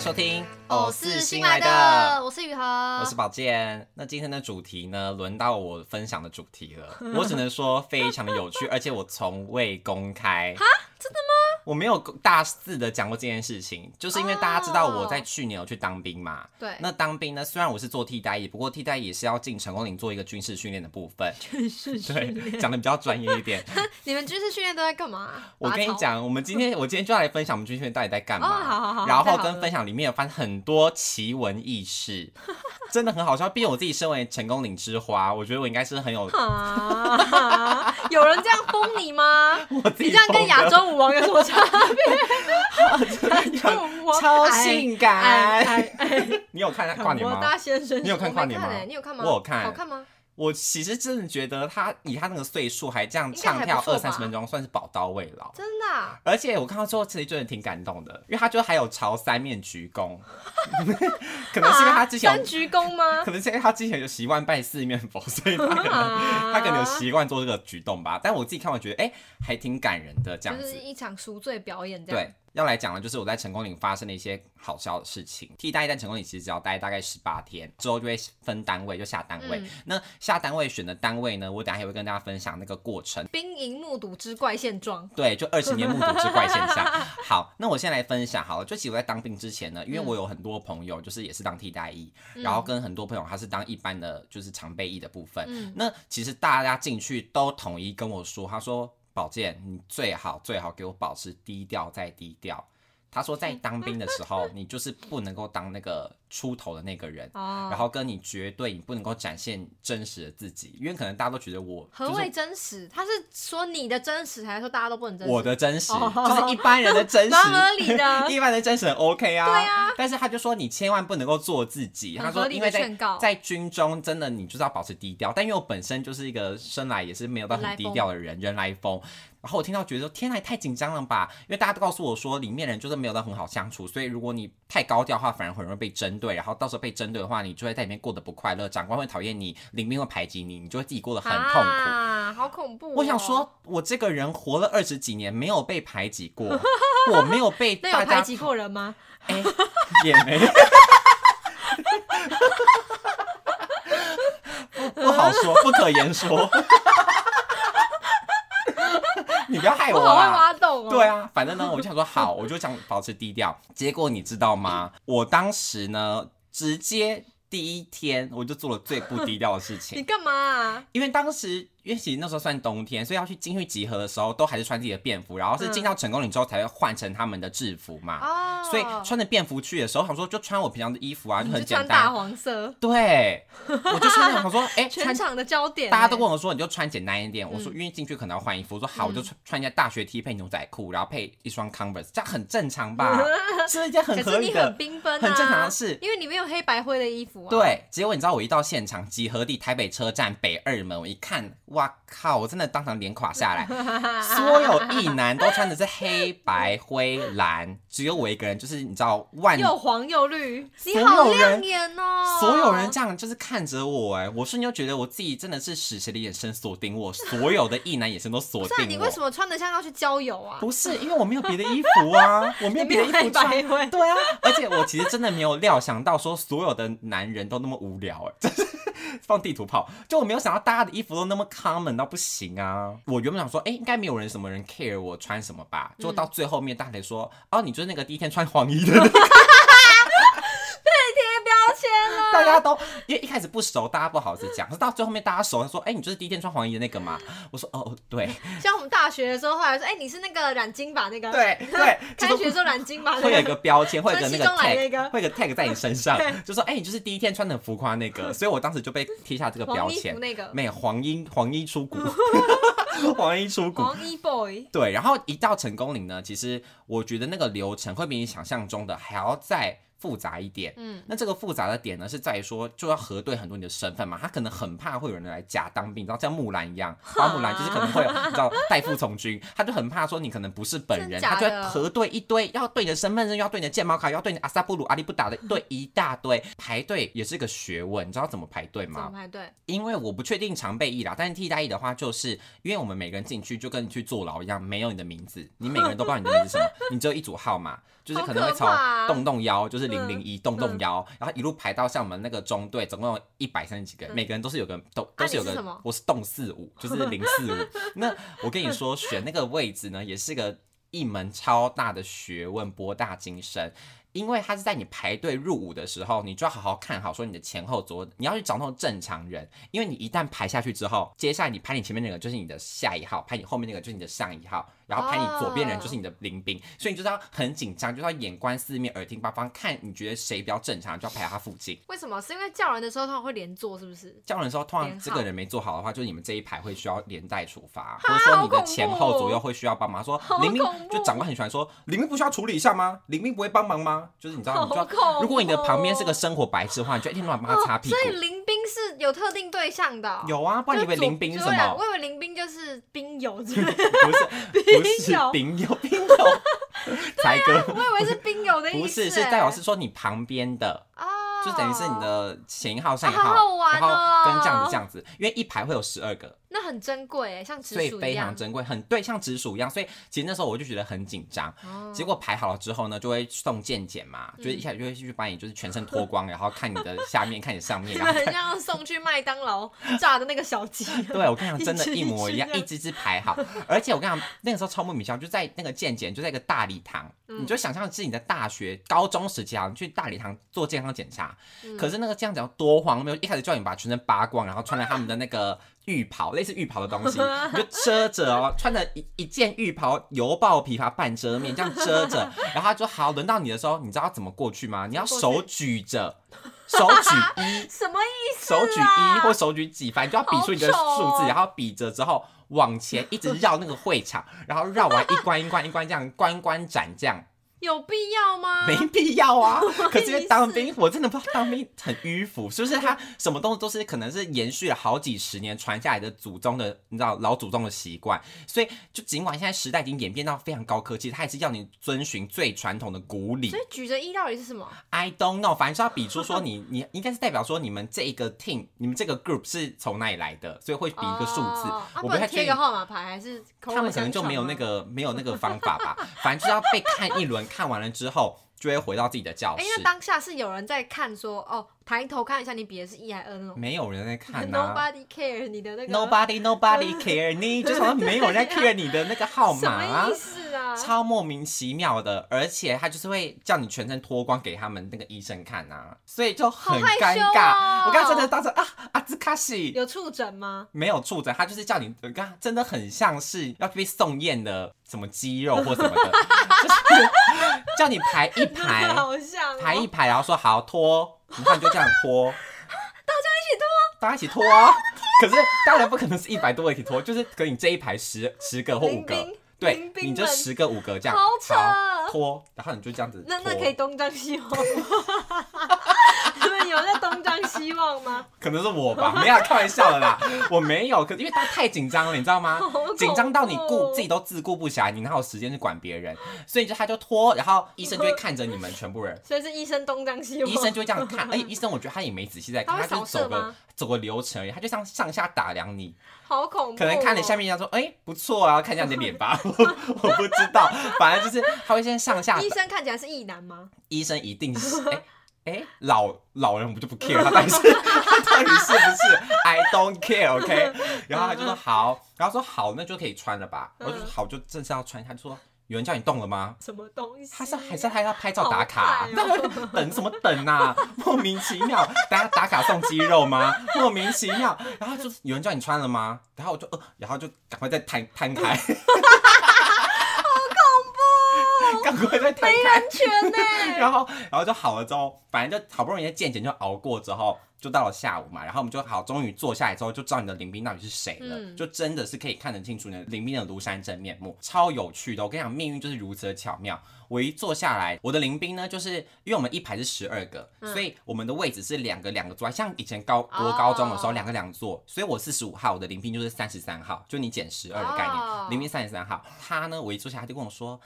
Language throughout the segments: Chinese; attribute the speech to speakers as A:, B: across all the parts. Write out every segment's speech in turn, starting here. A: 收听，
B: 我是新来的，我是雨禾，
A: 我是宝健。那今天的主题呢，轮到我分享的主题 了。我只能说非常有趣， 而且我从未公开。
B: 哈，真的吗？
A: 我没有大肆的讲过这件事情，就是因为大家知道我在去年有去当兵嘛。
B: 哦对，
A: 那当兵呢，虽然我是做替代役，不过替代役也是要进成功营做一个军事训练的部分。
B: 军事训
A: 对，
B: 练，
A: 讲的比较专业一点。
B: 你们军事训练都在干嘛？
A: 我跟你
B: 拔草，
A: 讲，我们今天我今天就要来分享我们军训到底在干嘛，
B: 哦好好好
A: 然
B: 太
A: 后
B: 好
A: 跟
B: 了
A: 分享里面有发生很多奇闻异事，真的很好笑。毕竟我自己身为成功领之花，我觉得我应该是很 有
B: 啊，有人这样封你吗？
A: 我自己
B: 你这样跟亚
A: 风
B: 洲舞王有什么差别？亚洲舞
A: 格
B: 王
A: 超性感。
B: 哎哎哎
A: 你有看跨年
B: 我
A: 吗？
B: 大先生，
A: 你有看
B: 我没
A: 跨年吗
B: 哎你有看吗？
A: 我有看
B: 好看吗？
A: 我其实真的觉得他以他那个岁数还这样
B: 应该还
A: 唱
B: 不
A: 跳
B: 错
A: 二
B: 吧
A: 三十分钟，算是宝刀未老。
B: 真的啊？
A: 而且我看到最后，其实真的挺感动的，因为他就还有朝三面鞠躬， 可能是因为他之前有
B: 啊三鞠躬吗
A: 可？能是因为他之前有习惯拜四面佛，所以他可能、
B: 啊
A: 他可能有习惯做这个举动吧。但我自己看完觉得，哎、还挺感人的这样
B: 就是
A: 子。
B: 一场赎罪表演这样。
A: 对，要来讲的就是我在成功岭发生的一些好笑的事情。替代役在成功岭其实只要待大概十八天，之后就会分单位，就下单位。
B: 嗯
A: 那下单位选的单位呢，我等一下也会跟大家分享那个过程。
B: 兵营目睹之怪现状。
A: 对，就二十年目睹之怪现 象。好，那我先来分享好了。就其实我在当兵之前
B: 嗯
A: 呢，因为我有很多朋友就是也是当替代役，然后跟很多朋友他是当一般的就是常备役的部分。
B: 嗯
A: 那其实大家进去都统一跟我说，他说：“宝健，你最好最好给我保持低调再低调。”他说，在当兵的时候，你就是不能够当那个出头的那个人。
B: 哦，
A: 然后跟你绝对你不能够展现真实的自己，因为可能大家都觉得我
B: 何
A: 就是
B: 谓真实？他是说你的真实，还是说大家都不能真实？
A: 我的真实，
B: 哦
A: 就是一般人的 真实，
B: 蛮合理的
A: 一般人的真实很 OK 啊。
B: 对啊。
A: 但是他就说你千万不能够做自己，
B: 很
A: 他说
B: 合理
A: 因
B: 的
A: 为在
B: 劝告
A: 在军中真的你就是要保持低调，但因为我本身就是一个生来也是没有到
B: 人
A: 很
B: 来
A: 低
B: 疯
A: 调的人，人来疯。然后我听到觉得说天呐，也太紧张了吧！因为大家都告诉我说里面人就是没有到很好相处，所以如果你太高调的话，反而很容易被针对。然后到时候被针对的话，你就会在里面过得不快乐，长官会讨厌你，领兵会排挤你，你就会自己过得很痛苦。
B: 啊，好恐怖、
A: 我想，说，我这个人活了二十几年，没有被排挤 过，我没有被
B: 那
A: 大
B: 有排
A: 家
B: 挤过人吗？
A: 哎、 也没。不不好说，不可言说。 你不要害
B: 我
A: 我
B: 好会
A: 啦！
B: 挖洞哦。
A: 对，啊，反正呢，我就想说好，我就想保持低调。结果你知道吗？我当时呢，直接第一天我就做了最不低调的事情
B: 你。干嘛、啊？
A: 因为当时因为其实那时候算冬天，所以要去进去集合的时候，都还是穿自己的便服，然后是进到成功岭之后才会换成他们的制服嘛。
B: 哦，
A: 所以穿着便服去的时候，想说就穿我平常的衣服啊，就
B: 你就
A: 很简
B: 穿大
A: 单。
B: 黄色，
A: 对，我就穿那种，我 说哎、
B: 全
A: 穿。
B: 场嗯的焦点欸、
A: 大家都 跟我说，你就穿简单一点。我说，因为进去可能要换衣服。我说好，我就
B: 嗯
A: 穿穿一件大学 T 配牛仔裤，然后配一双 Converse，这样很正常吧？ 是一件很
B: 可
A: 合
B: 是
A: 理
B: 你
A: 的，
B: 很缤纷、啊，
A: 很正常的事
B: 因为你没有黑白灰的衣服啊。，
A: 对，结果你知道我一到现场集合地台北车站北二门，我一看，哇靠！我真的当场脸垮下 来，所有一男都穿的是黑白灰蓝，只有我一个人，就是你知道万
B: 又黄又绿，
A: 有
B: 你好亮
A: 人
B: 眼哦。
A: 所有人这样就是看着我、哎，我瞬间就觉得我自己真的是使谁的眼神锁定 我，所有的一男眼神都锁
B: 不
A: 定
B: 是、
A: 我。
B: 啊、你为什么穿的像要去郊游啊？
A: 不是，因为我没有别的衣服 啊，我没有
B: 你
A: 别
B: 没
A: 的
B: 有
A: 衣
B: 黑
A: 服穿。
B: 白灰，
A: 对啊，而且我其实真的没有料想到说所有的男人都那么无聊、哎， 真是放地图炮。就我没有想到大家的衣服都那么 common 到不行啊！我原本想说，哎、应该没有人什么人 care 我穿什么吧，就
B: 嗯
A: 到最后面大家才说，哦，你就是那个第一天穿黄衣的那个，
B: 贴标签了。
A: 大家都因为一开始不熟，大家不好意思讲，可是到最后面大家熟，他说，哎、你就是第一天穿黄衣的那个嘛？我说，哦， 对
B: 像我们大学的时候，后来说，哎、你是那个染金吧？那个，
A: 对对，
B: 开
A: 就是
B: 学之后染金吧？那
A: 会有一个标签，会有一个那
B: 穿西
A: 个
B: 装来
A: tag，
B: 那个
A: 会有一个 tag 在你身上
B: 对，
A: 就说哎、你就是第一天穿的很浮夸那个，所以我当时就被贴下这个标
B: 黄衣
A: 签
B: 服，那个
A: 没有黄衣黄衣 出谷，黄衣出谷。
B: 黄衣 boy，
A: 对，然后一到成功岭呢，其实我觉得那个流程会比你想象中的还要再复杂一点。
B: 嗯，
A: 那这个复杂的点呢，是在于说，就要核对很多你的身份嘛。他可能很怕会有人来假当兵，你知道，像木兰一样，花木兰就是可能会有，你知道，代父从军，他就很怕说你可能不是本人，
B: 真假
A: 他
B: 的
A: 就会核对一堆，要对你的身份证，要对你的健保卡，要对你的阿萨布鲁、阿里布达的对一大堆。排队也是个学问，你知道怎么排队
B: 怎么
A: 吗？
B: 排队？
A: 因为我不确定常备役啦，但是替代役的话，就是因为我们每个人进去就跟你去坐牢一样，没有你的名字，你每个人都不知道你的名字是什么，你只有一组号码，就是
B: 好
A: 可能会
B: 可
A: 从
B: 怕啊嗯
A: 动动腰，就是零零一洞洞幺，然后一路排到像我们那个中队，总共有一百三十几个人，
B: 嗯
A: 每个人都是有个都都是有
B: 你
A: 个
B: 是什么，
A: 我是洞四五，就是零四 五。那我跟你说，选那个位置呢，也是个一门超大的学问，博大精深。因为它是在你排队入伍的时候，你就要好好看好说你的前后左右，你要去找那种正常人，因为你一旦排下去之后，接下来你排你前面那个就是你的下一号，排你后面那个就是你的上一号，然后排你左边人就是你的临兵，所以你就是要很紧张，就是要眼观四面，耳听八方，看你觉得谁比较正常，就要排到他附近。
B: 为什么？是因为叫人的时候通常会连坐，是不是？
A: 叫人的时候，通常
B: 连号
A: 这个人没做好的话，就是你们这一排会需要连带处罚，
B: 哈
A: 或者说
B: 好
A: 你的
B: 恐
A: 前
B: 怖
A: 后
B: 哦
A: 左右会需要帮忙。 说
B: 好
A: 林明
B: 恐怖
A: 就长官很喜欢说，林明不需要处理一下吗？林明不会帮忙吗？就是 你知道，
B: 好
A: 嗯你就要
B: 恐怖、哦
A: 如果你的旁边是个生活白痴的话，你就一天到晚帮他擦屁股
B: 所。以临兵是有特定对象的哦、
A: 有啊，不然你以为
B: 就是左
A: 林兵是
B: 左
A: 什
B: 两
A: 么？
B: 我以为临兵就是兵友之类的，
A: 不是不是
B: 兵友啊
A: 丙友丙友，才哥
B: 我以为是兵友的意思、
A: 不是是代表是说你旁边的，
B: 哦，
A: 就等于是你的前一号上一
B: 啊好
A: 号
B: 好，玩
A: 然后跟这样
B: 哦
A: 子这样子，因为一排会有十二个，
B: 那很珍贵哎，像直
A: 所以
B: 属一
A: 非常
B: 样。
A: 珍贵，很对，像紫薯一样。所以其实那时候我就觉得很紧张。
B: 哦
A: 结果排好了之后呢，就会送健检嘛，就是一下就会去把你就是全身脱 光，然后看你的下面，看你啊上面，
B: 你
A: 然
B: 们
A: 后
B: 很像送去麦当劳炸的那个小鸡，
A: 对，我跟你讲，真的，
B: 一只
A: 一模一样，一
B: 一只这样
A: 只只排 好。而且我跟你讲，那个时候超莫名其妙，就在那个健检，就在一个大礼堂，
B: 嗯
A: 你就想象是你的大学、高中时期啊，你去大礼堂做健康检查。
B: 嗯
A: 可是那个这样讲多荒谬，一开始叫你把全身扒光，然后穿着他们的那个浴 袍，类似浴袍的东西，你就遮着哦，穿着一一件浴袍，油爆琵琶半遮面，这样遮着。然后他说好，轮到你的时候，你知道怎么过去吗？你要
B: 怎么过
A: 手举着，手举一。
B: 什么意思啊？
A: 手举一或手举几，反正就要比出你的
B: 好丑
A: 数
B: 哦
A: 字，然后比着之后往前一直绕那个会场，然后绕完一关一关一关这样关关斩将，
B: 有必要吗？
A: 没必要 啊。可是
B: 意
A: 因为当兵，我真的不知道当兵很迂腐，是不是？他什么东西都是可能是延续了好几十年传下来的祖宗的，你知道老祖宗的习惯，所以就尽管现在时代已经演变到非常高科技，他还是要你遵循最传统的古礼
B: 所。以举着一到底是什么？
A: I don't know，反正是要比出说你你应该是代表说你们这一个 team，你们这个 group 是从哪里来的，所以会比一个数字。
B: 哦啊、
A: 我
B: 不
A: 不太
B: 能
A: 确
B: 贴
A: 定
B: 个，号码牌，还是口
A: 他
B: 耳
A: 们可能
B: 相
A: 就
B: 传
A: 没有
B: 吗
A: 那个没有那个方法吧。反正就是要被看一轮，看完了之后就会回到自己的教
B: 哎、
A: 室。
B: 那当下是有人在看说，哦，抬头看一下你比的是一还二那种、
A: 没有人在看
B: n
A: 呐、
B: o b o d y care 你的那个
A: Nobody nobody care 你，就是好像没有 人在 care 你的那个号
B: 什
A: 码啊
B: 么意。思啊？
A: 超莫名其妙的，而且他就是会叫你全身脱光给他们那个医生看呐、所以就很
B: 好害
A: 尴
B: 羞
A: 尬。
B: 哦
A: 我刚才真的当时啊啊兹卡西
B: 有触诊吗？
A: 没有触诊，他就是叫你，刚真的很像是要被送验的什么肌肉或什么的， 就是叫你排一排，
B: 好像、哦、
A: 排一排，然后说好脱，然后你就这样脱，大家一起脱，大家一起脱啊！可是当然不可能是一百多个一起脱，就是可能你这一排十十个或五
B: 林
A: 个
B: 兵，
A: 对
B: 林，兵
A: 你就
B: 们
A: 十个五个这样，
B: 好扯
A: 脱，然后你就这样子脱，
B: 那那可以东张西望吗？ 你们有在东张西 望吗？
A: 可能是我吧，没有开玩笑的 啦，我没有，可因为他太紧张了，你知道吗？
B: 怖哦
A: 紧张到你顾自己都自顾不暇，你哪有时间去管别人？所以就他就拖，然后医生就会看着你们全
B: ，
A: 部人
B: 所以是医生东张西望，
A: 医生就会这样看。哎、医生我觉得他也没仔细在看，
B: 他
A: 他
B: 会
A: 就是
B: 扫
A: 走
B: 射
A: 个
B: 吗
A: 走个流程而已，他就像上下打量 你，
B: 好恐怖、哦，
A: 可能看了下面一样说，哎、不错啊，看一下你的脸吧，我 我不知道，反正就是他会先上下打
B: 医生看起来是异男吗？
A: 医生一定 是哎。哎、老老人我们就不 care 他到底是他到底是不是？I don't care，OK、然后他就说好，然后说好，那就可以穿了吧。
B: 嗯
A: 我就说好，就正式要穿。他就说有人叫你动了吗？
B: 什么东西？
A: 他是还是还要拍照打卡
B: 哎好快、哦
A: 那等什么等 啊？莫名其妙，大家打卡送肌肉吗？莫名其妙。然后就是有人叫你穿了吗？然后我就呃，然后就赶快再摊摊 开，好恐怖， 赶快再摊
B: 没
A: 开。
B: 人权呢、
A: 然后，然后就好了之后，反正就好不容易健检就熬过之后，就到了下午嘛，然后我们就好，终于坐下来之后，就知道你的林兵到底是谁了，
B: 嗯
A: 就真的是可以看得清楚你的林兵的庐山真面目，超有趣的。我跟你讲，命运就是如此的巧妙。我一坐下来，我的林兵呢，就是因为我们一排是十二个，
B: 嗯
A: 所以我们的位置是两个两个坐，像以前高国
B: 哦
A: 高中的时候两个两个坐，所以我四十五号，我的林兵就是三十三号，就你减十二的概
B: 哦
A: 念，林兵三十三号，他呢，我一坐下他就跟我说。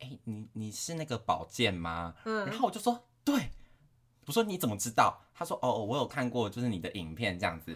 A: 哎、你你是那个宝剑吗？然
B: 嗯，
A: 后我就说对，我说你怎么知道？他说哦，我有看过，就是你的影片这样子。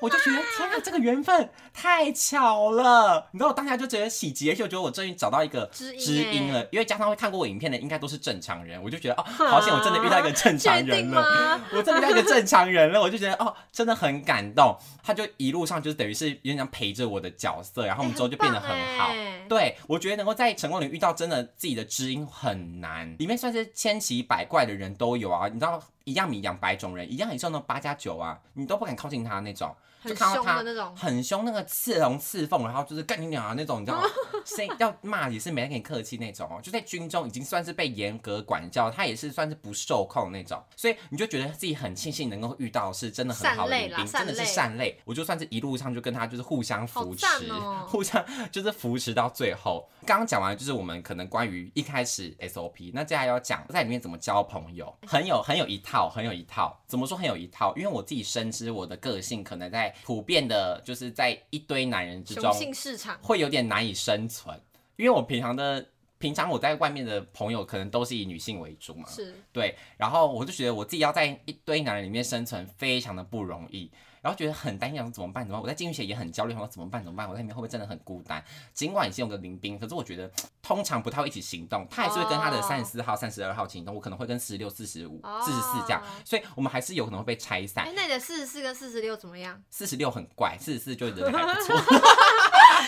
A: 我就觉得天啊，这个缘分太巧了！你知道我当下就觉得喜极，而且我觉得我终于找到一个
B: 知音
A: 知音
B: 欸
A: 了，因为加上会看过我影片的应该都是正常人，我就觉得哦，好险我真的遇到一个正
B: 确
A: 常
B: 定
A: 人了。
B: 吗？欸
A: 我真的遇到一个正常人了，我就觉得哦，真的很感动。他就一路上就是等于是有点像陪着我的角色，然后我们之后就变得很好。
B: 欸
A: 对，我觉得能够在成功里遇到真的自己的知音很难，里面算是千奇百怪的人都有啊。你知道，一样米养百种人，一样也是那种八加九啊，你都不敢靠近他那种，就
B: 很
A: 看到
B: 凶
A: 他
B: 的那种，
A: 很凶，那个刺龙刺凤，然后就是干你娘啊那种，你知 道吗？声音要骂也是没人跟你客气那种哦，就在军中已经算是被严格管教，他也是算是不受控那种，所以你就觉得自己很庆幸能够遇到是真的很好的
B: 善类
A: 女
B: 啦
A: 兵，真的是
B: 善类
A: 善类。我就算是一路上就跟他就是互相扶持
B: 好赞，哦
A: 互相就是扶持到最后。刚刚讲完就是我们可能关于一开始 SOP，那接下来要讲在里面怎么交朋友，很有很有一套，很有一套。怎么说很有一套？因为我自己深知我的个性可能在普遍的，就是在一堆男人之中
B: 雄，性市场，
A: 会有点难以生存，因为我平常的平常我在外面的朋友可能都是以女性为主嘛，
B: 是
A: 对，然后我就觉得我自己要在一堆男人里面生存非常的不容易，然后觉得很担心，想说怎么办？怎么办？我在进去前也很焦虑，想说怎么办？怎么办？我在里面会不会真的很孤单？尽管已经有个林兵，可是我觉得通常不太会一起行动，他还是会跟他的
B: 哦
A: 三十四号、三十二号行动，我可能会跟十六、四十五、四十四
B: 哦
A: 这样，所以我们还是有可能会被拆散
B: 哎、。那你的四十四跟四十六怎么 样？
A: 四十六很怪，四十四就人还不错。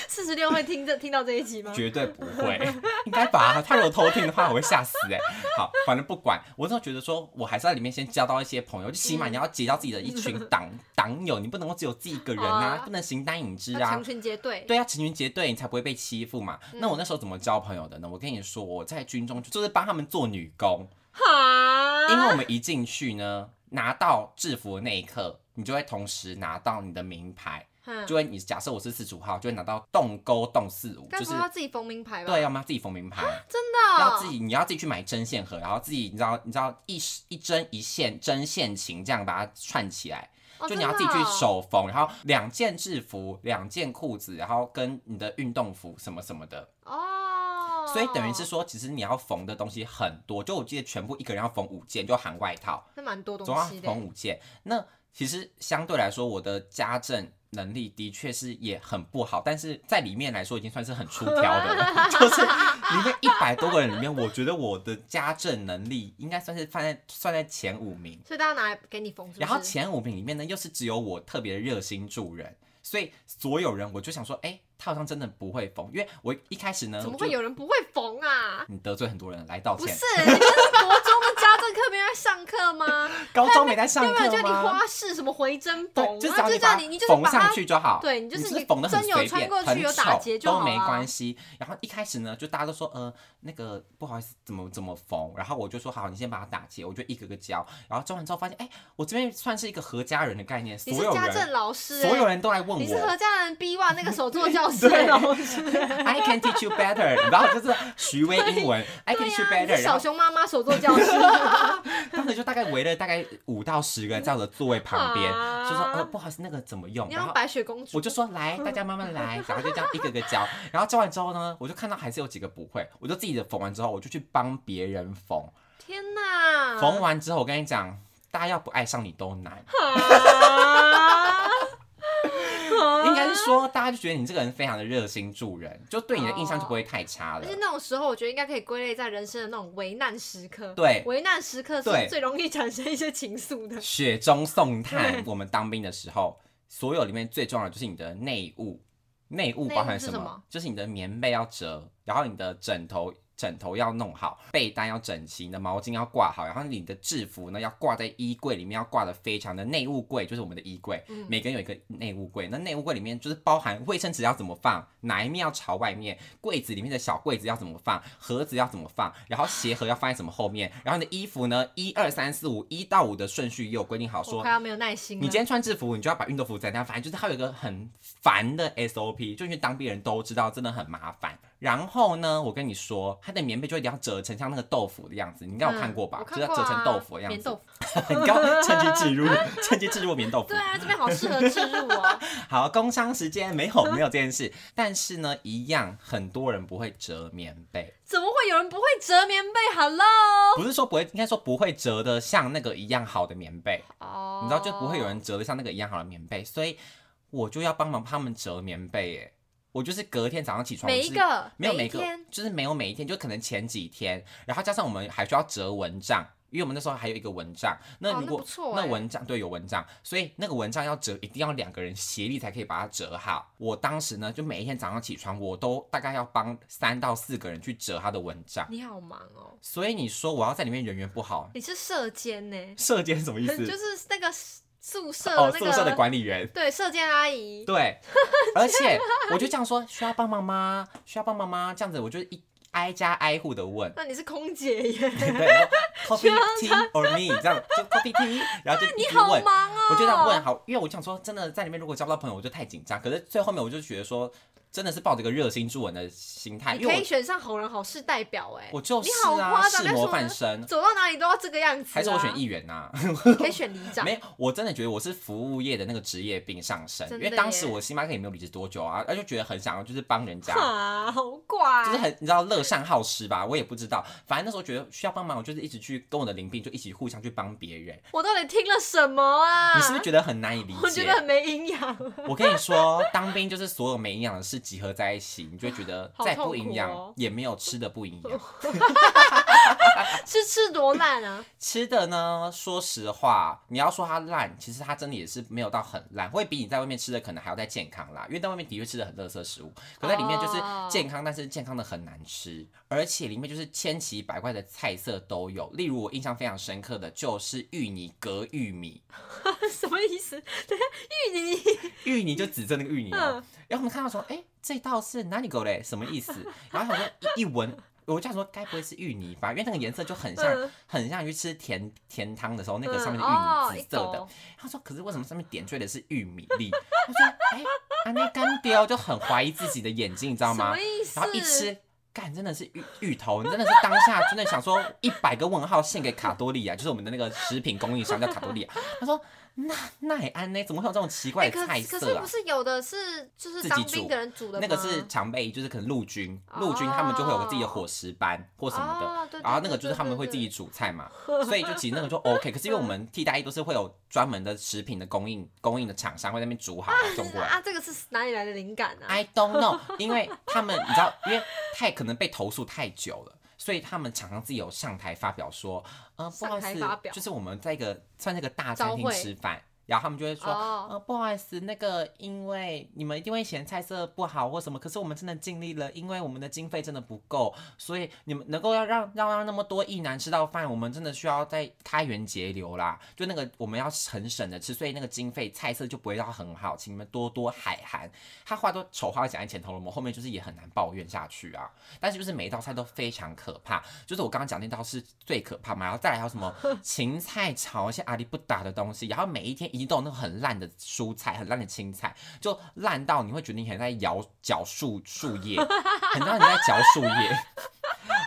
B: 四十六会听这听到这一集吗？
A: 绝对不 会，应该吧？他如果偷听的话，我会吓死哎、好，反正不管，我就觉得说，我还是在里面先交到一些朋友，就起码你要结交自己的一群 党党友，你不能够只有自己一个人啊
B: 哦，
A: 不能形单影只
B: 要嗯
A: 啊
B: 成。群结队，
A: 对啊，成群结队，你才不会被欺负嘛。那我那时候怎么交朋友的呢？我跟你说，我在军中就是帮他们做女工，
B: 哈，
A: 因为我们一进去呢，拿到制服的那一刻，你就会同时拿到你的名牌，
B: 嗯
A: 就会你假设我是四十五号，就会拿到洞沟洞四五，
B: 该
A: 就
B: 不
A: 是
B: 会要自己缝啊名牌吧？
A: 对，要吗？自己缝名牌。
B: 真的
A: 要自
B: 己
A: 己，你要自己去买针线盒，然后自己，你知道，你知道一时一针一线针线情这样把它串起来，就你要自己去，
B: 哦
A: 手缝，然后两件制服、两件裤子，然后跟你的运动服什么什么的，
B: 真的哦，
A: 所以等于是说，其实你要缝的东西很多，就我记得全部一个人要缝五件，就含外套，
B: 那蛮多
A: 总
B: 东
A: 要
B: 西
A: 缝
B: 的，
A: 五件。那其实相对来说，我的家政能力的确是也很不好，但是在里面来说已经算是很出挑的 了。就是里面一百多个人里面，我觉得我的家政能力应该算是放在算在前五名。
B: 所以大家拿来给你缝，是不是
A: 然后前五名里面呢，又是只有我特别热心助人，所以所有人我就想说，哎、他好像真的不会缝，因为我一开始呢，
B: 怎么
A: 我就
B: 会有人不会 缝啊？
A: 你得罪很多人来道
B: 不
A: 歉
B: 是，？你这是国中的家政课，没人在上课吗？
A: 高中没在上
B: 又没有
A: 课
B: 叫你
A: 吗？
B: 花式什么回针缝
A: 对，
B: 啊，
A: 就
B: 就
A: 只要
B: 叫
A: 把
B: 你，你就是
A: 缝
B: 把
A: 上
B: 它
A: 去就好。
B: 对你就是
A: 是
B: 你
A: 缝的很
B: 针有
A: 随
B: 穿
A: 便，
B: 过去
A: 很
B: 有打
A: 丑
B: 结就
A: 都
B: 好啊
A: 没
B: 啦
A: 关系。然后一开始呢，就大家都说呃那个不好意思，怎么怎么缝？然后我就说好，你先把它打结，我就一个个教。然后教完之后发现，哎、我这边算是一个合家人的概念，所
B: 你是
A: 有
B: 家
A: 人
B: 政老师、欸，
A: 所有人都来问
B: 你是
A: 我。
B: 何家人 B one 那个手作 教欸师的老师，
A: I can teach you better，然 后就是徐威英文，I can
B: 对啊
A: teach you
B: 呀、你
A: better，然
B: 是小
A: 后
B: 熊妈妈手作教师，
A: 当时就大概围了大概五到十个人在我的座位 旁边，就说呃
B: 啊
A: 不好意思，那个怎么用？
B: 你
A: 然后
B: 像白雪公主，
A: 我就说来，大家慢慢来，然后就这样一个个教，然后教完之后呢，我就看到还是有几个不会，我就自己的缝完之后，我就去帮别人缝，
B: 天哪，
A: 缝完之后，我跟你讲，大家要不爱上你都难，
B: 啊，
A: 应该是说大家就觉得你这个人非常的热心助人，就对你的印象就不会太差
B: 而
A: 了
B: 且。那种时候，我觉得应该可以归类在人生的那种危难时刻。
A: 对
B: 危难时刻是
A: 对
B: 最容易产生一些情愫的。
A: 雪中送炭
B: 对，
A: 我们当兵的时候，所有里面最重要的就是你的内 务，内务
B: 内务
A: 包含
B: 是
A: 什
B: 什么
A: 就是你的棉被要折，然后你的枕头。枕头要弄好，被单要整齐，你的毛巾要挂好，然后你的制服呢要挂在衣柜里面，要挂的非常的内务柜，就是我们的衣柜，
B: 嗯
A: 每个人有一个内务柜。那内务柜里面就是包含卫生纸要怎么放，哪一面要朝外面，柜子里面的小柜子要怎么放，盒子要怎么放，然后鞋盒要放在什么后 面，然后你的衣服呢，一二三四五，一到五的顺序也有规定好
B: 我
A: 说
B: 快。要没有耐心
A: 你
B: 了。
A: 今天穿制服，你就要把运动服摘掉。反正就是它有一个很烦的 SOP，就去当兵人都知道，真的很麻烦。然后呢，我跟你说，它的棉被就一定要折成像那个豆腐的样子，你应该有看过吧？
B: 嗯我
A: 就是
B: 看
A: 要
B: 过
A: 折成
B: 啊
A: 豆腐的样
B: 棉
A: 子
B: 豆。腐。
A: 你刚趁机置入，趁机置入棉豆腐
B: 对。啊，这边好适合置入 哦。
A: 好，工商时间没有没有这件事， 但是呢，一样很多人不会折棉被，
B: 怎么会有人不会折棉被？Hello，
A: 不是说不会，应该说不会折的像那个一样好的棉被。
B: 哦
A: 你知道就不会有人折的像那个一样好的棉被，所以我就要帮忙他们折棉被耶。我就是隔天早上起床，
B: 每
A: 我
B: 一
A: 就是
B: 个
A: 没有
B: 哦每
A: 每
B: 一
A: 个
B: 天，
A: 就是没有每一天，就可能前几天，然后加上我们还需要折蚊帐，因为我们那时候还有一个蚊帐，那
B: 哦
A: 如
B: 那
A: 果、
B: 不错
A: 那
B: 欸
A: 蚊帐对有蚊帐，所以那个蚊帐要折，一定要两个人协力才可以把它折好。我当时呢，就每一天早上起床，我都大概要帮三到四个人去折他的蚊帐，
B: 你好忙哦。
A: 所以你说我要在里面人缘不好，
B: 你是射监呢？
A: 射箭是什么意思？
B: 就是那个宿舍
A: 哦，
B: 那
A: 宿
B: 个
A: 舍的管理员。
B: 对射监阿姨。，
A: 对，而且我就这样说，需要帮忙吗？需要帮忙吗？这样子我就一挨家挨户的问
B: 那你是空姐耶？
A: 对然 后，coffee tea or me 这样就 coffee tea，然后就一
B: 你
A: 直
B: 好
A: 问。
B: 忙哦。
A: 我就这样问好，因为我想说，真的在里面如果交不到朋友，我就太紧张。可是最后面我就觉得说，真的是抱着一个热心助人的心态，
B: 你
A: 因
B: 可
A: 为
B: 以选上好人好事代表哎
A: 我。我就
B: 你
A: 是
B: 好
A: 啊，
B: 夸张
A: 是
B: 但是
A: 模
B: 我
A: 范
B: 呢
A: 生，
B: 走到哪里都要这个样子、啊。
A: 还是我选议员 呐、
B: 你可以选里长。
A: 没，我真的觉得我是服务业的那个职业病上升，因
B: 真
A: 为
B: 的
A: 当时
B: 耶
A: 我星巴克也没有离职多久啊，而就觉得很想要就是帮人家，
B: 啊，好怪。
A: 就是很你知道乐善好施吧，我也不知道，反正那时候觉得需要帮忙，我就是一直去跟我的邻病就一起互相去帮别人。
B: 我到底听了什么啊？
A: 你是不是觉得很难以理
B: 我觉
A: 解
B: 得？很没营养。啊
A: 我跟你说，哦当兵就是所有没营养的事集合在一起，你就会觉得
B: 好
A: 再
B: 痛
A: 不营
B: 苦
A: 养、
B: 哦
A: 也没有吃的不营 养。
B: 是吃多烂啊！
A: 吃的呢，说实话，你要说它烂，其实它真的也是没有到很烂，会比你在外面吃的可能还要再健康啦。因为在外面的确吃的很垃圾食物，可在里面就是
B: 哦
A: 健康，但是健康的很难吃，而且里面就是千奇百怪的菜色都有。例如我印象非常深刻的就是芋泥隔玉米，
B: 什么意思？ 等一下，芋泥
A: 芋泥就指着那个芋泥、哦
B: 嗯，
A: 然后我们看到说，哎、这道是哪里狗嘞？什么意思？ 然后想说一一闻。我就想说，该不会是芋泥吧？因为那个颜色就很像，
B: 嗯
A: 很像去吃甜甜汤的时候那个
B: 嗯
A: 上面的
B: 哦
A: 芋泥紫色的。
B: 一狗
A: 他说：“可是为什么上面点缀的是玉米粒？”他说：“哎、安内干雕就很怀疑自己的眼睛，你知道
B: 什
A: 吗
B: 么？意思？
A: 然后一吃，干真的是芋芋头，你真的是当下真的想说一百个问号献给卡多利亚，就是我们的那个食品供应商叫卡多利亚。他说：那那也安内怎么会有这种奇怪
B: 哎
A: 的菜
B: 可可
A: 色
B: 是
A: 啊
B: 不？是有的是就是
A: 自己
B: 当
A: 煮
B: 兵的人煮的吗？
A: 那个是常备役，就是可能陆军，陆军他们就会有个自己的伙食班或什么的。
B: 哦对对
A: 然后那
B: 对
A: 个就是
B: 对
A: 他们
B: 对
A: 会
B: 对
A: 自己煮菜 嘛，所以就其实那个就 OK。可是因为我们替代役都是会有专门的食品的供应供应的厂商会在哎那边煮好送过来。
B: 啊，这个是哪里来的灵感啊？
A: I don't know，因为他们你知道，因为太可能被投诉太久了。所以他们常常自己有上台发表说，呃，不好意
B: 上台
A: 思
B: 发，表
A: 就是我们在一个算是一个大餐
B: 招
A: 厅
B: 会
A: 吃饭，然后他们就会说，
B: 哦
A: 呃，不好意思，那个因为你们一定会嫌菜色不好或什么，可是我们真的尽力了，因为我们的经费真的不够，所以你们能够要让要让那么多异男吃到饭，我们真的需要再开源节流啦。就那个我们要很省的吃，所以那个经费菜色就不会到很好，请你们多多海涵。他话都丑话讲在前头了，我们后面就是也很难抱怨下去啊。但是就是每一道菜都非常可怕，就是我刚刚讲那道是最可怕嘛，然后再来还有什 么芹菜炒一些阿里不达的东西，然后每一天一定都有那种很烂的蔬菜、很烂的青菜，就烂到你会觉得你很在咬嚼树树 叶，很像你在嚼树叶，